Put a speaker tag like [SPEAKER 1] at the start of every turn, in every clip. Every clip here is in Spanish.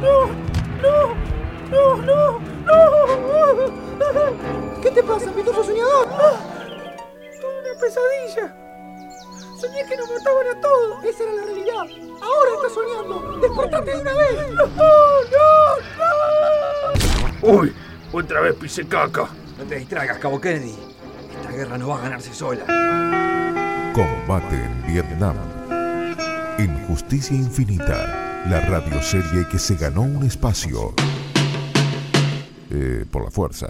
[SPEAKER 1] ¡No! ¡No! ¡No! ¡No! ¡No! ¿Qué te pasa, pitufo soñador?
[SPEAKER 2] Tuve una pesadilla. Soñé que nos mataban a todos.
[SPEAKER 1] Esa era la realidad. Ahora estás soñando. ¡Despertate de una vez!
[SPEAKER 2] ¡No! ¡No!
[SPEAKER 3] ¡No! ¡Uy! Otra vez pisé caca.
[SPEAKER 4] No te distraigas, Cabo Kennedy. Esta guerra no va a ganarse sola.
[SPEAKER 5] Combate en Vietnam. Injusticia Infinita. La radioserie que se ganó un espacio. Eh, por la fuerza.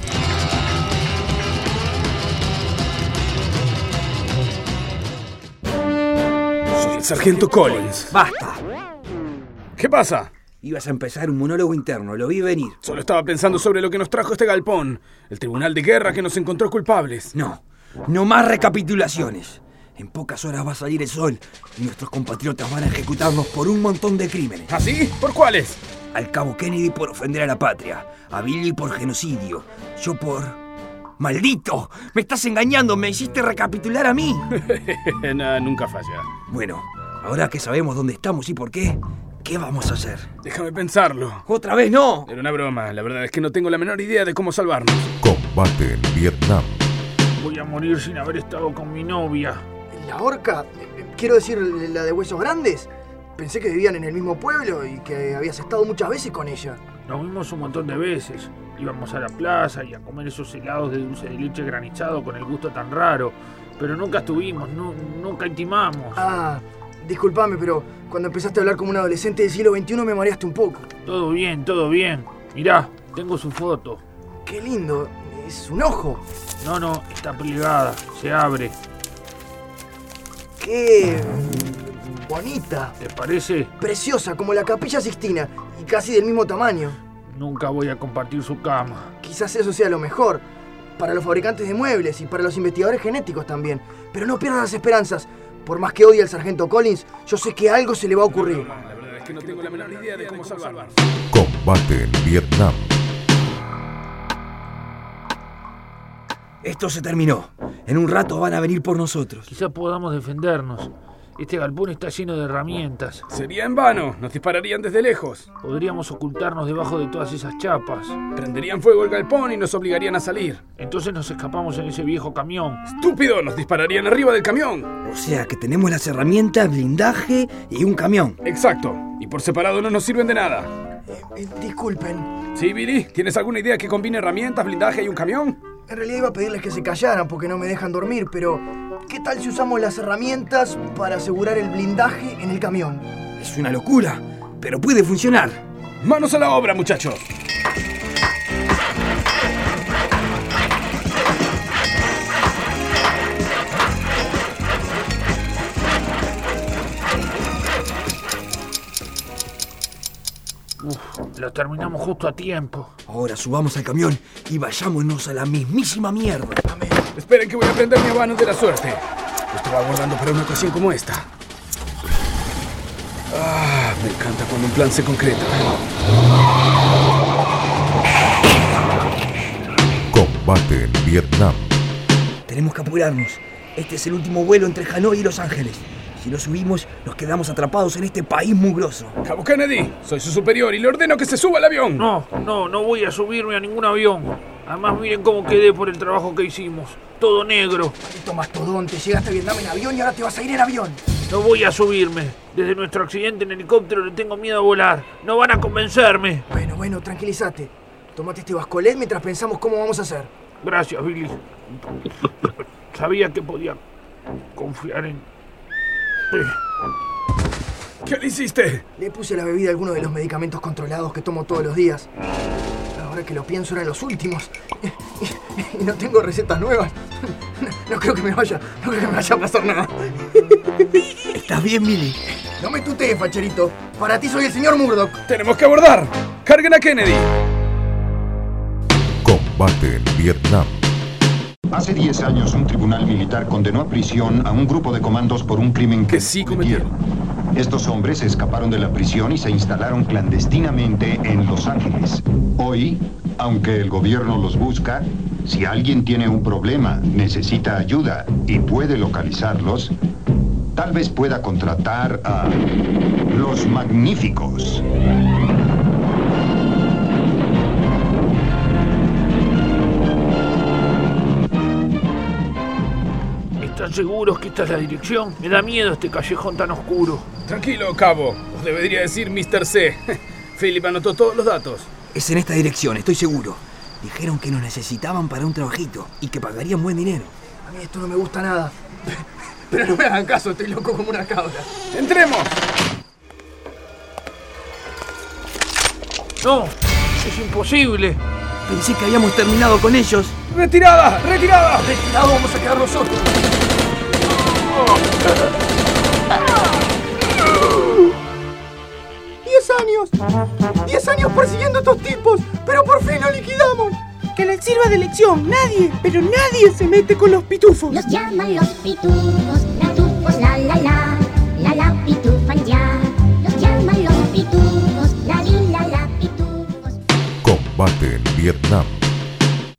[SPEAKER 6] Soy el sargento Collins.
[SPEAKER 4] ¡Basta!
[SPEAKER 6] ¿Qué pasa?
[SPEAKER 4] Ibas a empezar un monólogo interno, lo vi venir.
[SPEAKER 6] Solo estaba pensando sobre lo que nos trajo este galpón, el tribunal de guerra que nos encontró culpables.
[SPEAKER 4] No, no más recapitulaciones. En pocas horas va a salir el sol y nuestros compatriotas van a ejecutarnos por un montón de crímenes.
[SPEAKER 6] ¿Así? ¿Ah, ¿Por cuáles?
[SPEAKER 4] Al cabo Kennedy por ofender a la patria, a Billy por genocidio, yo por... ¡Maldito! ¡Me estás engañando! ¡Me hiciste recapitular a mí!
[SPEAKER 6] Nada, nunca falla.
[SPEAKER 4] Bueno, ahora que sabemos dónde estamos y por qué, ¿Qué vamos a hacer?
[SPEAKER 6] Déjame pensarlo.
[SPEAKER 4] ¡Otra vez no!
[SPEAKER 6] Era una broma. La verdad es que no tengo la menor idea de cómo salvarnos.
[SPEAKER 5] Combate en Vietnam.
[SPEAKER 3] Voy a morir sin haber estado con mi novia.
[SPEAKER 1] ¿La horca? eh, Quiero decir, la de huesos grandes. Pensé que vivían en el mismo pueblo y que habías estado muchas veces con ella.
[SPEAKER 3] Nos vimos un montón de veces. Íbamos a la plaza y a comer esos helados de dulce de leche granizado con el gusto tan raro. Pero nunca estuvimos, no, nunca intimamos.
[SPEAKER 1] Ah, Disculpame, pero cuando empezaste a hablar como un adolescente del siglo XXI me mareaste un poco.
[SPEAKER 3] Todo bien, todo bien. Mirá, tengo su foto.
[SPEAKER 1] Qué lindo. Es un ojo.
[SPEAKER 3] No, no, está plegada. Se abre.
[SPEAKER 1] Qué... bonita.
[SPEAKER 3] ¿Te parece?
[SPEAKER 1] Preciosa, como la capilla Sixtina. Y casi del mismo tamaño.
[SPEAKER 3] Nunca voy a compartir su cama.
[SPEAKER 1] Quizás eso sea lo mejor. Para los fabricantes de muebles y para los investigadores genéticos también. Pero no pierdas las esperanzas. Por más que odie al sargento Collins, yo sé que algo se le va a ocurrir.
[SPEAKER 6] La verdad es que no tengo la menor idea de cómo salvarnos.
[SPEAKER 5] Combate en Vietnam.
[SPEAKER 4] Esto se terminó. En un rato van a venir por nosotros.
[SPEAKER 3] Quizá podamos defendernos. Este galpón está lleno de herramientas.
[SPEAKER 6] Sería en vano. Nos dispararían desde lejos.
[SPEAKER 3] Podríamos ocultarnos debajo de todas esas chapas.
[SPEAKER 6] Prenderían fuego el galpón y nos obligarían a salir.
[SPEAKER 3] Entonces nos escapamos en ese viejo camión.
[SPEAKER 6] ¡Estúpido! Nos dispararían arriba del camión.
[SPEAKER 4] O sea que tenemos las herramientas, blindaje y un camión.
[SPEAKER 6] Exacto. Y por separado no nos sirven de nada.
[SPEAKER 1] Eh, eh, disculpen.
[SPEAKER 6] Sí, Billy, ¿tienes alguna idea que combine herramientas, blindaje y un camión?
[SPEAKER 1] En realidad iba a pedirles que se callaran porque no me dejan dormir, pero ¿qué tal si usamos las herramientas para asegurar el blindaje en el camión?
[SPEAKER 4] Es una locura, pero puede funcionar.
[SPEAKER 6] Manos a la obra, muchachos.
[SPEAKER 3] Uf, lo terminamos justo a tiempo.
[SPEAKER 4] Ahora subamos al camión y vayámonos a la mismísima mierda.
[SPEAKER 6] Amén. Esperen que voy a prender mi habano de la suerte. Lo estaba guardando para una ocasión como esta. Ah, me encanta cuando un plan se concreta.
[SPEAKER 5] Combate en Vietnam.
[SPEAKER 4] Tenemos que apurarnos. Este es el último vuelo entre Hanoi y Los Ángeles. Si no subimos, nos quedamos atrapados en este país mugroso.
[SPEAKER 6] Cabo Kennedy, soy su superior y le ordeno que se suba al avión.
[SPEAKER 3] No, no, no voy a subirme a ningún avión. Además, miren cómo quedé por el trabajo que hicimos. Todo negro.
[SPEAKER 1] Maldito mastodonte, llegaste a Vietnam en avión y ahora te vas a ir en avión.
[SPEAKER 3] No voy a subirme. Desde nuestro accidente en helicóptero le tengo miedo a volar. No van a convencerme.
[SPEAKER 1] Bueno, bueno, tranquilízate. Tomate este vascolet mientras pensamos cómo vamos a hacer.
[SPEAKER 3] Gracias, Billy. Sabía que podía confiar en,
[SPEAKER 6] ¿Qué le hiciste?
[SPEAKER 1] Le puse a la bebida alguno de los medicamentos controlados que tomo todos los días. Ahora que lo pienso, eran los últimos. Y, no tengo recetas nuevas. No, no creo que me vaya, no creo que me vaya a pasar nada.
[SPEAKER 4] ¿Estás bien, Billy?
[SPEAKER 1] No me tutees, facherito. Para ti soy el señor Murdoch.
[SPEAKER 6] Tenemos que abordar. Carguen a Kennedy.
[SPEAKER 5] Combate en Vietnam.
[SPEAKER 7] Hace 10 años un tribunal militar condenó a prisión a un grupo de comandos por un crimen
[SPEAKER 6] que, que sí cometieron.
[SPEAKER 7] Estos hombres se escaparon de la prisión y se instalaron clandestinamente en Los Ángeles. Hoy, aunque el gobierno los busca, si alguien tiene un problema, necesita ayuda y puede localizarlos, tal vez pueda contratar a los magníficos.
[SPEAKER 3] ¿Están seguros que esta es la dirección? Me da miedo este callejón tan oscuro.
[SPEAKER 6] Tranquilo, cabo. Os debería decir Mr. C. Philip anotó todos los datos.
[SPEAKER 4] Es en esta dirección, estoy seguro. Dijeron que nos necesitaban para un trabajito y que pagarían buen dinero.
[SPEAKER 1] A mí esto no me gusta nada. Pero no me hagan caso, estoy loco como una cabra.
[SPEAKER 6] ¡Entremos!
[SPEAKER 3] ¡No! ¡Es imposible!
[SPEAKER 4] Pensé que habíamos terminado con ellos.
[SPEAKER 6] ¡Retirada! ¡Retirada!
[SPEAKER 1] Retirado vamos a quedar nosotros.
[SPEAKER 2] ¡Diez años! ¡Diez años persiguiendo a estos tipos! ¡Pero por fin lo liquidamos! Que les sirva de lección, nadie, pero nadie se mete con los pitufos.
[SPEAKER 8] Los llaman los pitufos, latufos, la la la, la la pitufan ya. Los llaman los pitufos, la li, la la pitufos.
[SPEAKER 5] Combate en Vietnam.